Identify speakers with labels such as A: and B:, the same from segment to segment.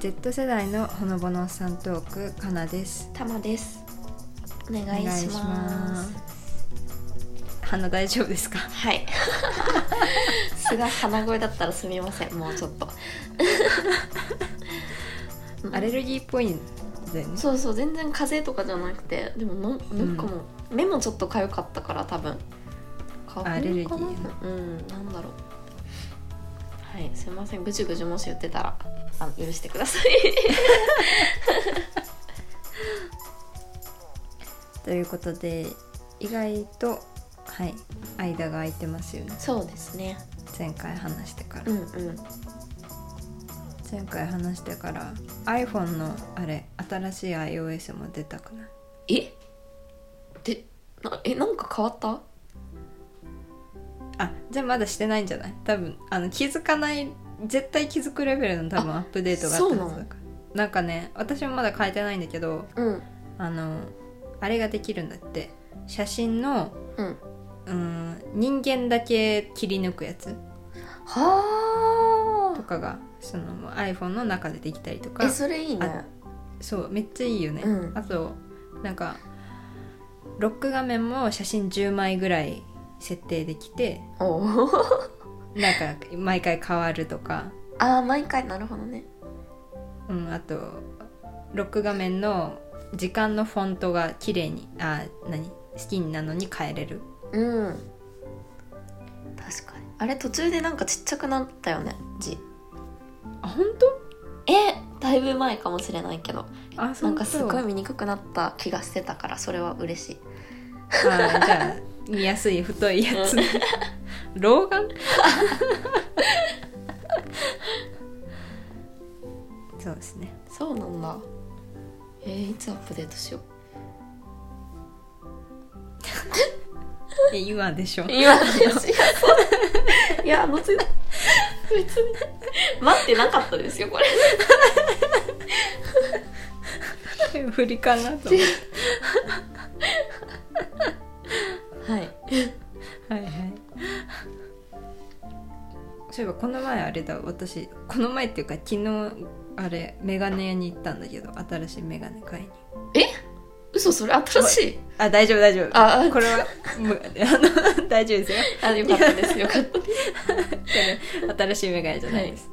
A: Z 世代のほのぼのおっさんトークかなです
B: たまですお願いします
A: 鼻大丈夫ですか
B: はい すが鼻声だったらすみませんもうちょっ とうん
A: アレルギーっぽいんだよね
B: そうそう全然風邪とかじゃなくてでものなんかもう、目もちょっと痒かったから多分
A: アレルギー
B: 花粉かなうんなんだろうはいすいませんぐじゅぐじゅもし言ってたらあの許してください
A: ということで意外とはい間が空いてますよね
B: そうですね
A: 前回話してから、
B: うんうん
A: 前回話してから iPhone のあれ新しい iOS も出たくない
B: えでなえなんか変わった
A: あじゃあまだしてないんじゃない多分あの気づかない絶対気づくレベルの多分アップデートがあったはずだからなんかね私もまだ変えてないんだけど
B: うん
A: あのあれができるんだって写真の
B: うん
A: うん人間だけ切り抜くやつ
B: は
A: とかがその iPhone の中でできたりと
B: あ
A: か
B: えそれいいね
A: そうめっちゃいいよね、
B: うん
A: あとなんかロック画面も写真10枚ぐらい設定できて
B: おお
A: なんか毎回変わるとか、
B: あー毎回なるほどね
A: うん、あとロック画面の時間のフォントが綺麗にあ何好きなのに変えれる
B: うん確かにあれ途中でなんかちっちゃくなったよね字
A: あ本当
B: えだいぶ前かもしれないけど
A: あ
B: な
A: そうん
B: かすごい見にくくなった気がしてたからそれは嬉しい
A: あーじゃあ見やすい太いやつ老眼そうですね
B: そうなんだえー、いつアップデートしよう
A: え今でしょ
B: 今ですよ いや後で別に待ってなかったですよこれ
A: 振りかなと思って
B: は
A: は
B: い
A: いはい そういえばこの前あれだ私この前っていうか昨日あれメガネ屋に行ったんだけど新しいメガネ買いに
B: 嘘それ新しい
A: あ大丈夫大丈夫
B: あ
A: これはむあの大丈夫ですよ
B: あよかったですよかったで
A: こ
B: す
A: れ新しいメガネじゃないです、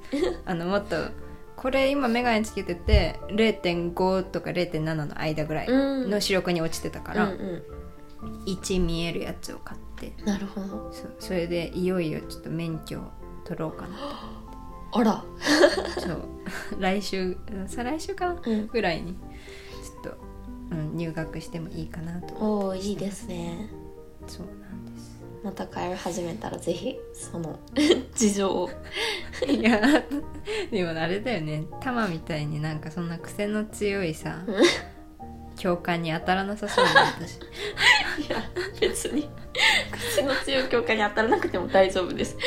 A: あのもっとこれ今メガネつけてて0.5とか0.7の間ぐらい
B: うん
A: の視力に落ちてたか
B: うん
A: ら、1見えるやつを買って
B: うんなるほど
A: そそれでいよいよちょっと免許を取ろうかな
B: あら
A: そう 来週再来週かな
B: うん
A: ぐらいにちょっと、うん、入学してもいいかなと
B: おおいいですね
A: そうなんです
B: また通い始めたらぜひその 事情を
A: いやでもあれだよねタマみたいになんかそんな癖の強いさ
B: うん
A: 教官に当たらなさそうだ私
B: いや別に口の強い教科に当たらなくても大丈夫です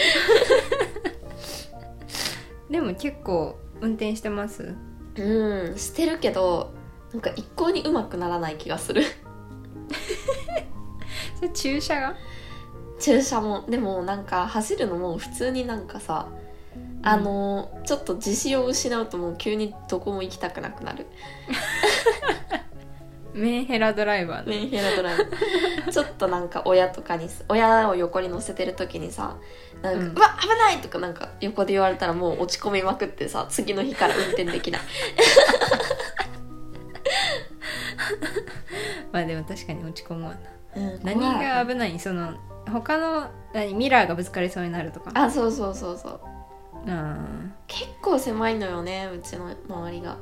A: でも結構運転してます
B: うんしてるけどなんか一向にうまくならない気がする
A: それ注射が
B: 駐車もでもなんか走るのも普通になんかさあのーちょっと自信を失うともう急にどこも行きたくなくなる
A: メンヘラドライバー
B: メン
A: ね
B: ヘラドライ ブちょっとなんか親とかに親を横に乗せてる時にさ「なんか
A: うん
B: うわ危ない!」とかなんか横で言われたらもう落ち込みまくってさ次の日から運転できない
A: まあでも確かに落ち込むわな
B: うん
A: 何
B: 怖い
A: が危ないその他の何ミラーがぶつかりそうになるとか
B: あそうそうそうそう
A: あ
B: 結構狭いのよねうちの周りが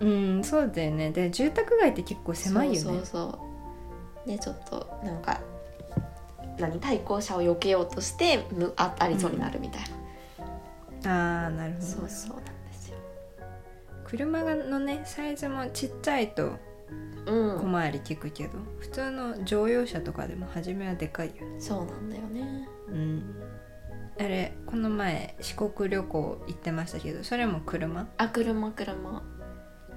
A: ーうんそうだよねで住宅街って結構狭いよね
B: そうそうそうでちょっとなんか何対向車を避けようとしてむあありそうになるみたいな、
A: ああなるほど
B: そうそうなんですよ
A: 車のねサイズもちっちゃいと小
B: う
A: 回り利くけど、普通の乗用車とかでも初めはでかいよね
B: んそうなんだよね
A: うんあれこの前四国旅行行ってましたけどそれも車
B: あ車車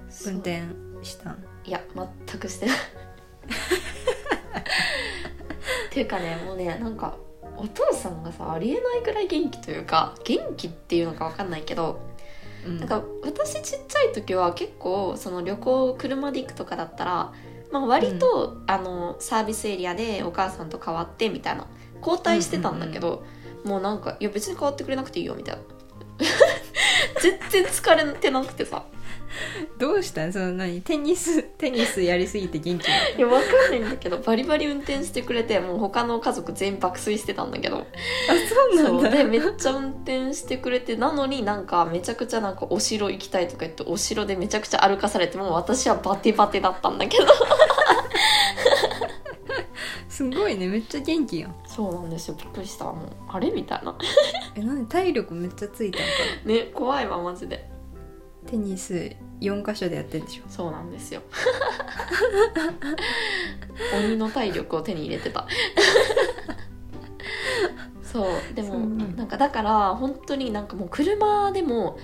B: そう
A: 運転したん
B: いや全くしてない っていうかねもうねなんかお父さんがさありえないくらい元気というか元気っていうのかわかんないけど
A: うん
B: なんか私ちっちゃい時は結構その旅行車で行くとかだったら、まあ、割と、あのサービスエリアでお母さんと変わってみたいな交代してたんだけど、もうなんか「いや別に変わってくれなくていいよ」みたいな 全然疲れてなくてさ
A: どうしたんその何テニス テニスやりすぎて元気 ない
B: やわかんないんだけどバリバリ運転してくれてもう他の家族全員爆睡してたんだけど
A: あそう
B: そう
A: なんだ
B: でめっちゃ運転してくれてなのになんかめちゃくちゃなんかお城行きたいとか言ってお城でめちゃくちゃ歩かされてもう私はバテバテだったんだけど
A: すごいねめっちゃ元気やん
B: そうなんですよびっくりしたもうあれみたいな
A: え何体力めっちゃついたんか
B: ね怖いわマジで
A: なテニス4箇所でやってんでしょ
B: そうなんですよ鬼の体力を手に入れてたそうで
A: そ
B: も
A: んな
B: なんかだから本当になんかもう車でも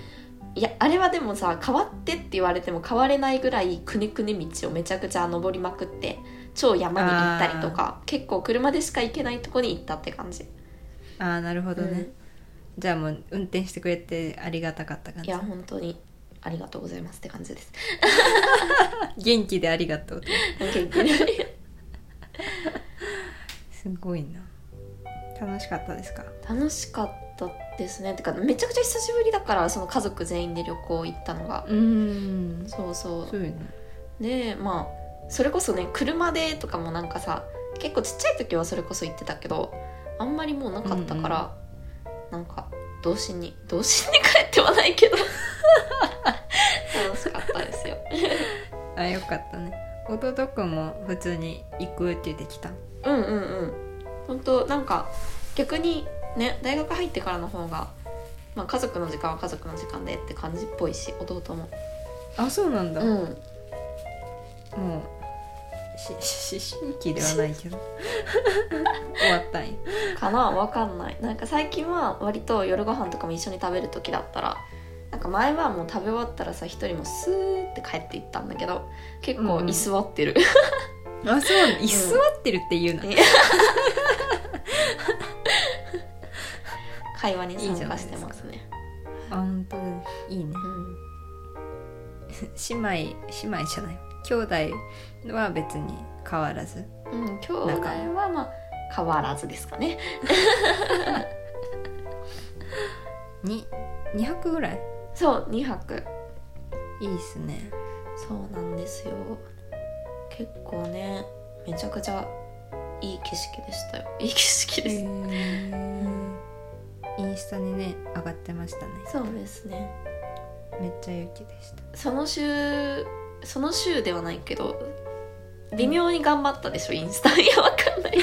B: いやあれはでもさ変わってって言われても変われないぐらいくねくね道をめちゃくちゃ登りまくって超山に行ったりとか結構車でしか行けないとこに行ったって感じ、
A: ああなるほど
B: う
A: ね
B: ん、
A: じゃあもう運転してくれてありがたかった感
B: い
A: じ
B: や本当にありがとうございますって 感じです
A: 元気でありがとうって
B: 元気です
A: ごいな楽しかったですか
B: 楽しかったですねてかめちゃくちゃ久しぶりだからその家族全員で旅行行ったのが、
A: うん
B: そうそう
A: そうよね
B: でまあそれこそね車でとかもなんかさ結構ちっちゃい時はそれこそ行ってたけどあんまりもうなかったから、なんか童心に童心に帰ってはないけど楽しかったですよ
A: あよかったね弟くんも普通に行くって言ってきた
B: うんうんうん本当なんか逆にね大学入ってからの方が、まあ、家族の時間は家族の時間でって感じっぽいし弟も
A: あそうなんだ、
B: うん
A: もうしし思春期ではないけど終わったんや
B: かなわかんないなんか最近は割と夜ご飯とかも一緒に食べる時だったらなんか前はもう食べ終わったらさ一人もスーって帰っていったんだけど結構
A: うんうん
B: 居座ってる、
A: あそうなんだ居座ってるって言うな、
B: ね会話に参加してますね
A: あ本当だいいね姉妹姉妹じゃない兄弟は別に変わらず
B: うん、うん、兄弟はまあ変わらずですかね
A: に2泊ぐらい
B: そう2泊
A: いいっすね
B: そうなんですよ結構ねめちゃくちゃいい景色でしたよいい景色です、
A: インスタにね上がってましたね
B: そうですね
A: めっちゃ雪でした
B: その週その週ではないけど微妙に頑張ったでしょインスタいやわかん ない、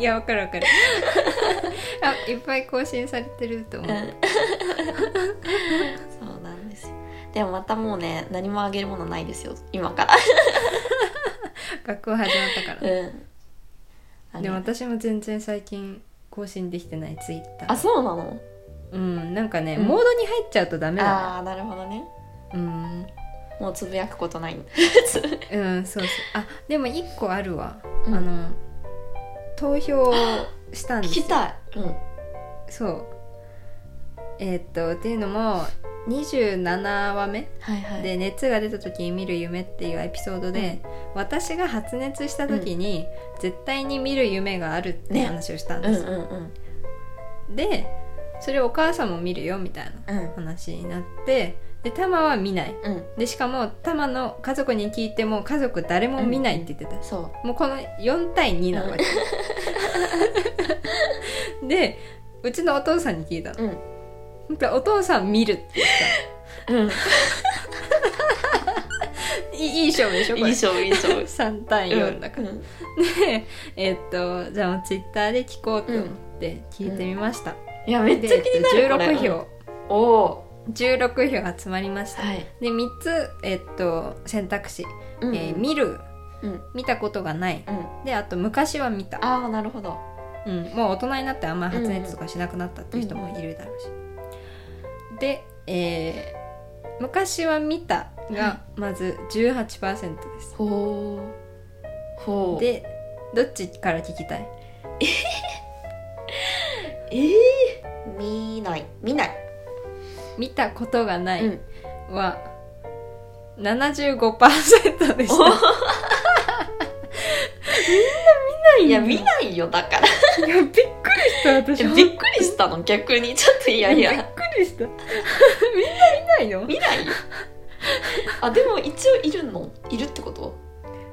A: いやわかるわかる あいっぱい更新されてると思う、
B: そうなんですよでもまたもうね何もあげるものないですよ今から
A: 学校始まったから、
B: うんあ
A: でも
B: の
A: 私も全然最近更新できてないツイッタ
B: あ
A: ー
B: そうなの
A: うんなんかね、
B: うん
A: モードに入っちゃうとダメだ
B: ああなるほどね
A: ねうん
B: もうつぶやくことないんだ
A: うんそうそうあでも一個あるわ、
B: うん
A: あの投票したんで
B: 聞
A: す
B: き
A: よ
B: たいうん
A: そうえーっとっていうのも27話目
B: はいはい
A: で「熱が出た時に見る夢」っていうエピソードで、私が発熱した時に絶対に見る夢があるって
B: ね
A: 話をしたん
B: うん
A: で
B: うん
A: す、
B: うん
A: でそれお母さんも見るよみたいな
B: うん
A: 話になってでタマは見ない
B: うん
A: でしかもタマの家族に聞いても家族誰も見ないって言ってた、
B: そう
A: もうこの4対2なわけ、でうちのお父さんに聞いたの
B: うん
A: ほんとお父さん見るって言っ
B: うん
A: たいいいい勝負でしょ
B: いい
A: これ
B: 勝負 いい勝負
A: 3対4だから、
B: うんうん
A: でえっとじゃあもうツイッターで聞こうと思って聞いてみました、
B: いやめっ
A: で、
B: ちゃ気になる
A: えっと
B: これ
A: 16票
B: おお
A: 16票集まりました、
B: はい、
A: で3つ、えっと、選択肢、
B: うん
A: えー見る
B: うん
A: 見たことがない
B: うん
A: であと昔は見た
B: ああなるほど
A: うん、もう大人になってあんまり発熱とかしなくなったっていう人もいるだろうし、で、えー昔は見た」がまず18%です、
B: ほうほう
A: でどっちから聞きたい
B: えー、見ない見ない
A: 見たことがな
B: う
A: い
B: ん
A: は75%で した
B: おいや見ないよだから
A: いやびっくりした私
B: いや
A: も
B: びっくりしたの逆にちょっといやい
A: びっ
B: や
A: くりした みんな見ないの
B: 見ないよ あでも一応いるのいるってこと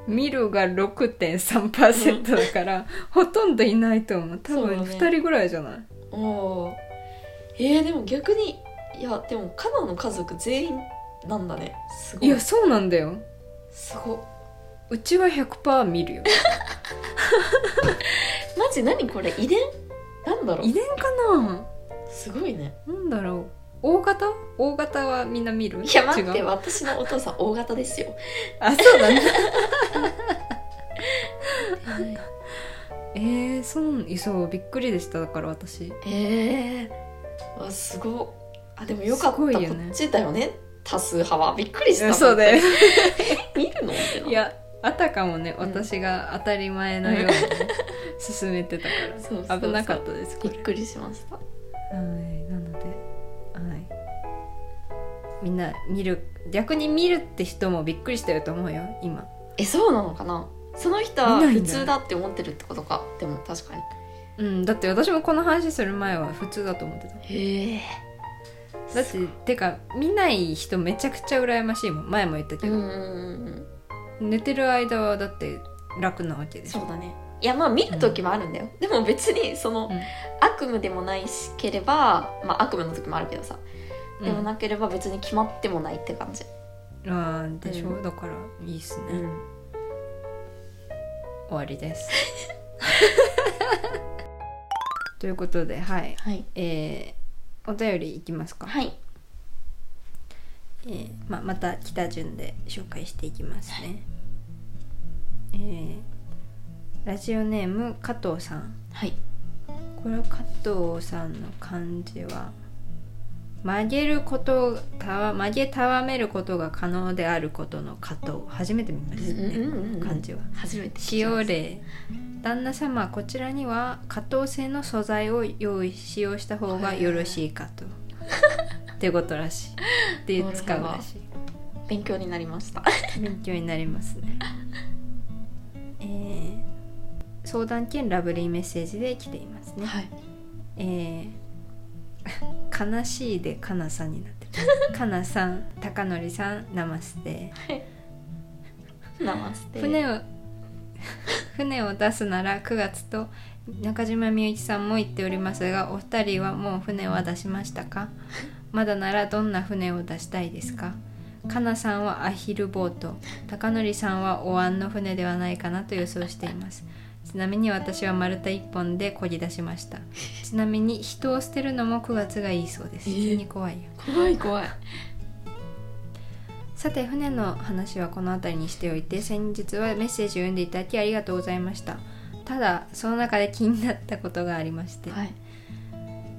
A: 見るが6.3%だから、ほとんどいないと思う多分
B: そうだね
A: 2人ぐらいじゃない、
B: おおえー、でも逆にいやでもカナの家族全員なんだねすご
A: い
B: い
A: やそうなんだよ
B: すごいう
A: ちは100%見るよ
B: マジ何これ遺伝なんだろ
A: 遺
B: う
A: 伝かな
B: すごいね
A: なんだろう大型大型はみんな見る
B: いや待って
A: 違う
B: 私のお父さん大型ですよ
A: あそうだね えー、そういそうびっくりでしただから私
B: ええあすごっあでもよかった
A: すごいよね
B: こっちだよね多数派はびっくりした
A: そうだよ
B: 見るのみたいない
A: やあたかもね
B: うん
A: 私が当たり前の ように、ね、進めてたから
B: そうそうそう
A: 危なかったですこ
B: び
A: れ
B: っくりしました
A: はい、なので、はい、みんな見る逆に見るって人もびっくりしてると思うよ今
B: えそうなのかなその人は
A: 見ない
B: 普
A: んだ
B: 通だって思ってるってことかでも確かに
A: うんだって私もこの話する前は普通だと思ってた
B: へえ
A: だっててか見ない人めちゃくちゃ羨ましいもん前も言った
B: う
A: け
B: んう
A: ど、
B: んうんうん
A: 寝てる間はだって楽なわけでし
B: そ
A: ょ
B: うだねいやまあ見る時もあるんだよ、でも別にそ
A: う
B: の、
A: ん
B: 悪夢でもないしければまあ悪夢の時もあるけどさでも
A: うん
B: なければ別に決まってもないって感じ、
A: あーでしょ、
B: うん
A: だからいいっすね、
B: ん
A: 終わりです ということではい
B: はい
A: えー、お便りいきますか
B: はい
A: えーまあ、また北順で紹介していきますね、えーラジオネーム加藤さん
B: はい
A: これは加藤さんの漢字は曲げることたわ曲げたわめることが可能であることの加藤初めて見ましたね、
B: うんうんうんうん
A: 漢字は
B: 初めて
A: 使用例旦那様こちらには可動性の素材を用意使用した方がよろしいかとってことらしいで使うらしい
B: 勉強になりました
A: 勉強になります ねえー相談兼ラブリーメッセージで来ていますね、
B: はい
A: えー 悲しいでかなさんになってるかなさんたかのりさんナマステ
B: ナマステ
A: 船を 船を出すなら9月と中島みゆきさんも言っておりますがお二人はもう船は出しましたかまだならどんな船を出したいですかかなさんはアヒルボート高則さんはお椀の船ではないかなと予想していますちなみに私は丸太一本で漕ぎ出しましたちなみに人を捨てるのも9月がいいそうです
B: えー
A: 急に怖いよ
B: 怖い怖い
A: さて船の話はこの辺りにしておいて先日はメッセージを読んでいただきありがとうございましたただその中で気になったことがありまして、
B: はい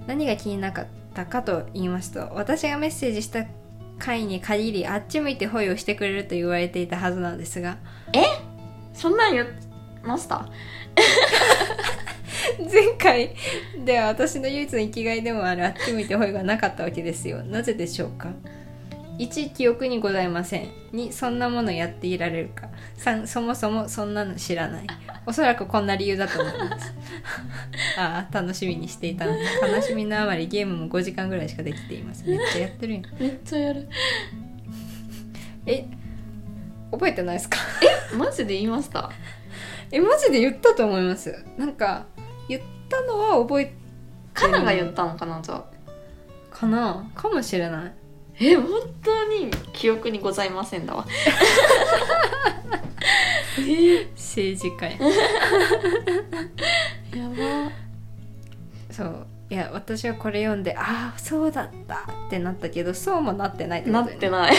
A: 何が気になかったかと言いますと私がメッセージした回に限りあっち向いてホイをしてくれると言われていたはずなんですが
B: そんなん言ってました
A: 前回では私の唯一の生きがいでもあるあっち向いてホイがなかったわけですよなぜでしょうか1記憶にございません2そんなものやっていられるか3そもそもそんなの知らないおそらくこんな理由だと思いますああ楽しみにしていたのに悲しみのあまりゲームも5時間ぐらいしかできていますめっちゃやってるやん
B: めっちゃやる
A: え覚えてないですか
B: マジで言いました
A: えマジで言ったと思いますなんか言ったのは覚え
B: カナが言ったのかなじゃあ
A: かなかもしれない
B: え本当に記憶にございませんだわえー、
A: 政治家や
B: やば
A: そういや私はこれ読んでああそうだったってなったけどそうもなってないってこ
B: な
A: と
B: っ
A: だよ
B: て
A: ね
B: ない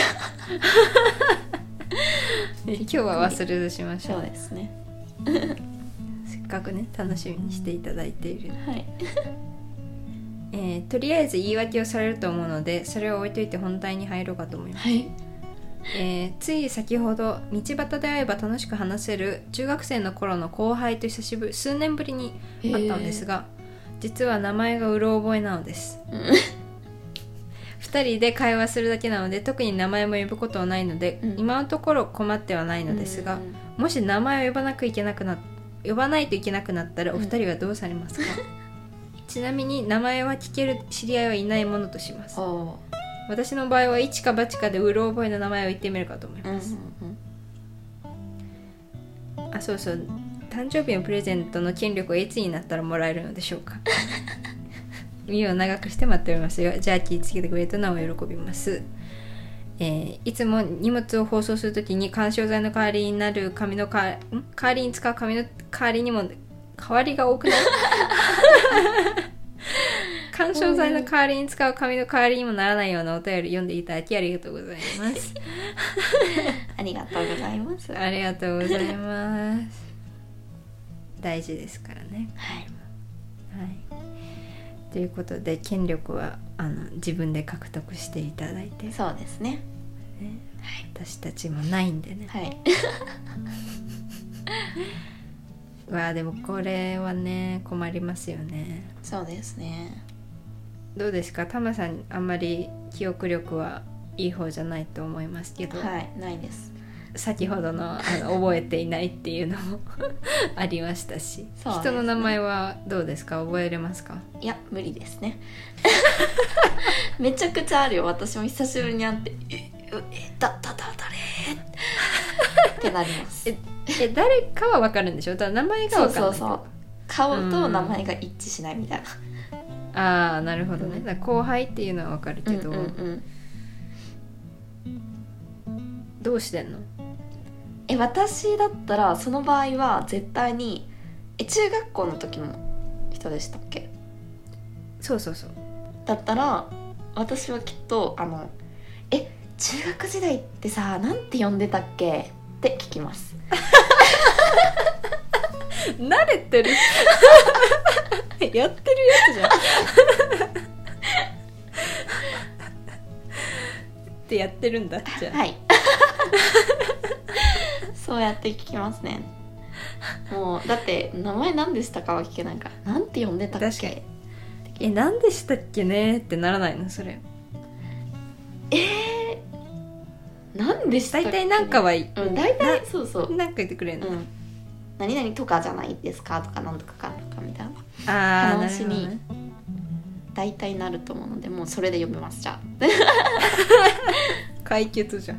A: 今日は忘れずしましょ
B: そう
A: う
B: ですね
A: せっかくね楽しみにしていただいている、
B: はい
A: えーとりあえず言い訳をされると思うのでそれを置いといて本題に入ろうかと思います
B: はい
A: えーつい先ほど道端で会えば楽しく話せる中学生の頃の後輩と久しぶり数年ぶりに会ったんですが、実は名前がうろ覚えなのです
B: うん
A: 2 2人で会話するだけなので特に名前も呼ぶことはないので、
B: うん
A: 今のところ困ってはないのですが、
B: うん
A: もし名前を呼ばなくいけなくな呼ばないといけなくなったらお二人はどうされます か、ちなみに名前は聞ける知り合いはいないものとします
B: お
A: 私の場合は一か八かでうろ覚えの名前を言ってみるかと思い
B: ーうんう
A: ます、
B: ん
A: あそうそう誕生日のプレゼントの権力はいつになったらもらえるのでしょうか身を長くして待っておりますよじゃあ気ぃつけてくれたのは喜びますえーいつも荷物を包装するときに緩衝材の代わりになる紙のかん代わりに使う紙の代わりにも代わりが多くない緩衝材の代わりに使う紙の代わりにもならないようなお便り読んでいただきありがとうございます
B: ありがとうございますはい
A: ありがとうございます。大事ですからね。はい。ということで権力はあの自分で獲得していただいて、ね、
B: そうですね
A: 私たちもないんでね。
B: はい
A: わあでもこれはね困りますよね。
B: そうですね
A: どうですかタマさんあんまり記憶力はいい方じゃないと思いますけど、
B: はいないです
A: 先ほどのあの覚えていないっていうのも ありましたし、
B: そうですね
A: 人の名前はどうですか覚えれますか
B: いや無理ですね めちゃくちゃあるよ私も久しぶりに会って「ええだだだ誰?」ってなります
A: ええ誰かは分かるんでしょただ名前が分
B: そう
A: かんな
B: そ
A: いう
B: そう顔と名前が一致しないみたいな
A: ああなるほどね、
B: うん
A: だから後輩っていうのは分かるけど、
B: うんうんうん
A: どうしてんの
B: え私だったらその場合は絶対にえ中学校の時の人でしたっけ
A: そうそうそう
B: だったら私はきっとあの「え中学時代ってさなんて呼んでたっけ?」って聞きます
A: 慣れてる やってるやつじゃんってやってるんだじゃあ、
B: はい そうやって聞きますねもうだって名前何でしたかは聞けないからなんて呼んでたっ
A: 確かに
B: け
A: え何でしたっけねってならないのそれ
B: えー、なんでしたっ
A: 大
B: け
A: 体なんかはいい、
B: うん大体そうそう
A: なんか言ってくれるの、
B: うん、何々とかじゃないですかとかなんとかかんとかみたいな
A: ああなる
B: 話
A: ほど
B: に
A: ね
B: 大体なると思うのでもうそれで読めますじゃ
A: 解決じゃん
B: あ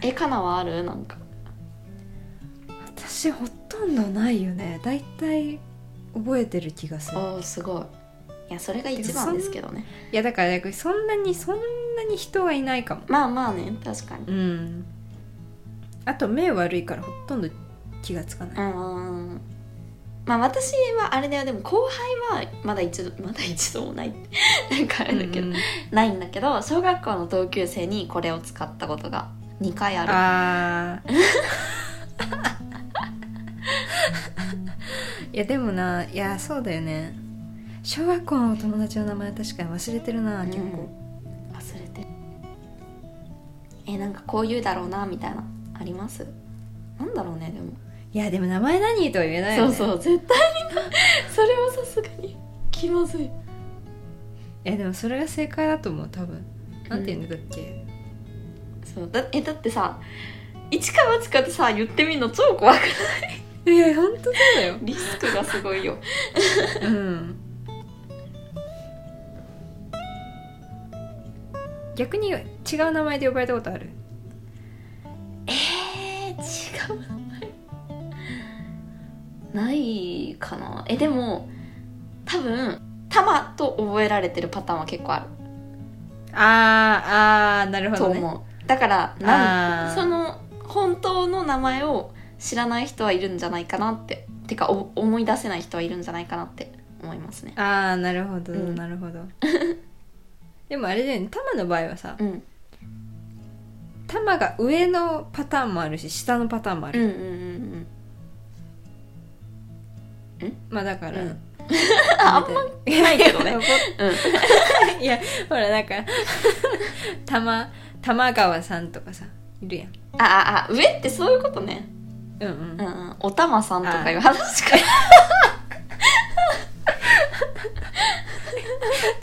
B: えかなはあるなんか
A: 私ほとんどないよね大体覚えてる気がする
B: おーすごいいやそれが一番ですけどね
A: いやだからねそんなにそんなに人はいないかも
B: まあまあね確かに
A: うんあと目悪いからほとんど気がつか
B: う
A: ない、
B: んまあ私はあれだよでも後輩はまだ一度ま だ一度もないなんかあれだけど、
A: うん
B: ないんだけど小学校の同級生にこれを使ったことが2回ある
A: あー いやでもないやそうだよね小学校のお友達の名前確かに忘れてるな結構、
B: うん忘れてるえなんかこう言うだろうなみたいなありますなんだろうねでも、
A: いやでも名前何とは言えないよ
B: そう
A: ね
B: そう絶対に それはさすがに気まずい
A: いやでもそれが正解だと思う多分なんて言うんだっけ、
B: そうだえだってさ一か八かってさ言ってみるの超怖くな
A: い
B: い。
A: や本当そうだよ
B: リスクがすごいよ
A: うん。逆に違う名前で呼ばれたことある。
B: えー、違う名前ないかなえでも多分「たま」と覚えられてるパターンは結構ある
A: あーあーなるほ
B: と
A: ど
B: 思う、
A: ね。
B: だからな
A: あ
B: ん
A: ー
B: その本当の名前を知らない人はいるんじゃないかなっててかお思い出せない人はいるんじゃないかなって思いますね
A: ああなるほど、
B: うん
A: なるほど。でもあれだよね。タマの場合はさ、
B: うん
A: タマが上のパターンもあるし下のパターンもあ
B: う
A: る。
B: んうんうん
A: まあだから。
B: うんああんま
A: りないけどね。
B: うんう ん
A: いやほらなんかタマ玉川さんとかさいるやん。
B: あああ上ってそういうことね
A: うんうん
B: う。んうんおたまさんとかいう話か
A: 違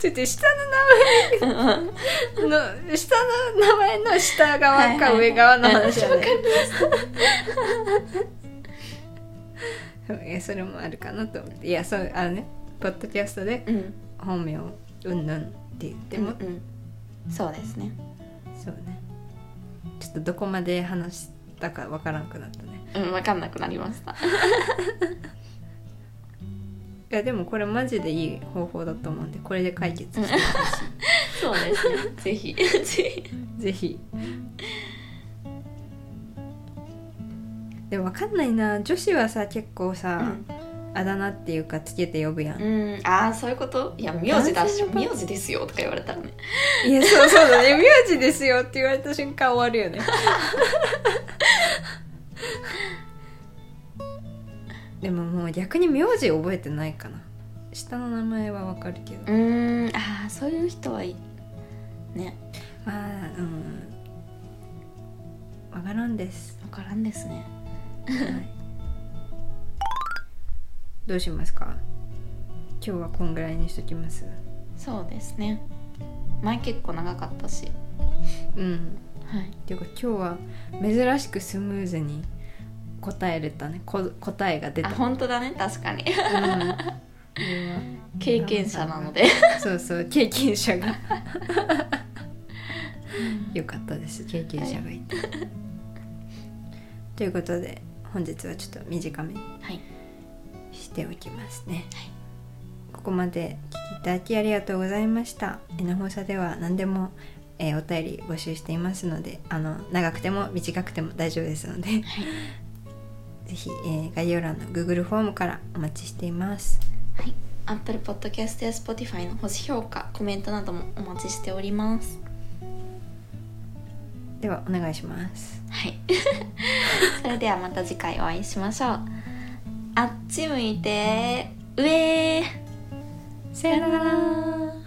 A: ちょっと下
B: うん
A: の下の名前の下側か上側の話じゃない。そういやそれもあるかなと思っていやそうあのねポッドキャストで
B: うん
A: 本名うんぬんって言って
B: で
A: も、
B: も、うん、そうですね
A: そうねちょっとどこまで話したかわからんくなったね
B: うん分かんなくなりました
A: いやでもこれマジでいい方法だと思うんでこれで解決して
B: そうですねぜひぜひ
A: ぜひでもわかんないな女子はさ結構さ、あだ名っていうかつけて呼ぶやん、
B: うんああそういうこといや名字だし
A: 男性の場合
B: 名字ですよとか言われたらね
A: いやそうそうだね名字ですよって言われた瞬間終わるよね でももう逆に名字覚えてないかな下の名前はわかるけど
B: うんああそういう人はいいね
A: まあうんわからんです、
B: 分からんですね
A: はい、どうしますか今日はこんぐらいにしときます
B: そうですね前結構長かったし
A: うん
B: はい
A: っていうか今日は珍しくスムーズに答えれたねこ答えが出
B: あ
A: た、
B: 本当だね確 かに
A: うんこれは
B: 経験者なので
A: そうそう経験者がよかったです経験者がいて、ということで本日はちょっと短めに
B: はい
A: しておきますね、
B: はい
A: ここまで聞きいただきありがとうございました「えの放送」では何でも、えーお便り募集していますのであの長くても短くても大丈夫ですので、 ぜひ、えー概要欄の Google フォームからお待ちしています
B: はい、Apple Podcast や Spotify の星評価、コメントなどもお待ちしております。
A: ではお願いします
B: はい。 それではまた次回お会いしましょう。あっち向いて、うえー
A: さよなら
B: ら